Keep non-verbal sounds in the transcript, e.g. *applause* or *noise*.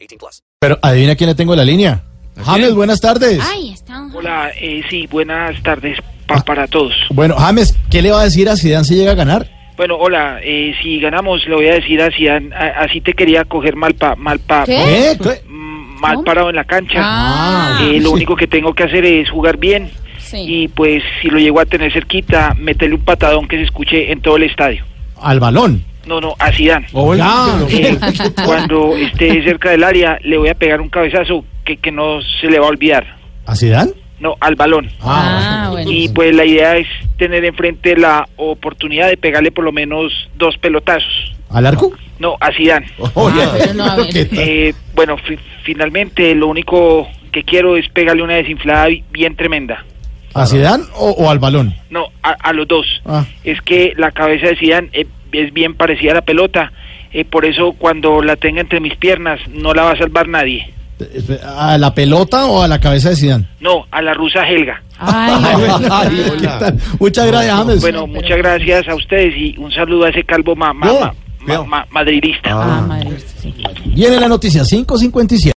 18 plus. Pero adivina quién le tengo en la línea. James, buenas tardes. Ay, están. Hola, eh, sí, buenas tardes pa- para todos. Bueno, James, ¿qué le va a decir a Zidane si llega a ganar? Bueno, hola, eh, si ganamos le voy a decir a Zidane, a- así te quería coger mal pa, mal pa, ¿Qué? ¿Eh? ¿Qué? mm, mal parado en la cancha. Ah. Eh, lo único que tengo que hacer es jugar bien Sí. y pues si lo llego a tener cerquita, meterle un patadón que se escuche en todo el estadio. Al balón. No, no, a Zidane. Oh. Ya. Eh, cuando esté cerca del área le voy a pegar un cabezazo que, que no se le va a olvidar. ¿A Zidane? No, al balón. Ah, bueno. Y pues la idea es tener enfrente la oportunidad de pegarle por lo menos dos pelotazos. ¿Al arco? No, a Zidane. Oye, pero Ah, no, a ver. ¿qué tal? Eh, bueno, fi- finalmente lo único que quiero es pegarle una desinflada bi- bien tremenda. ¿A Zidane o, o al balón? No, a, a los dos. Ah. Es que la cabeza de Zidane eh, es bien parecida a la pelota. eh, por eso cuando la tenga entre mis piernas no la va a salvar nadie. ¿A la pelota o a la cabeza de Zidane? No, a la rusa Helga. *laughs* Ay, Bueno, ¿qué tal? Muchas gracias, James. Bueno, muchas gracias a ustedes y un saludo a ese calvo ma- ma- No, ma- ma- cuidado. ma- madridista. ah, madre. sí. Viene la noticia 557.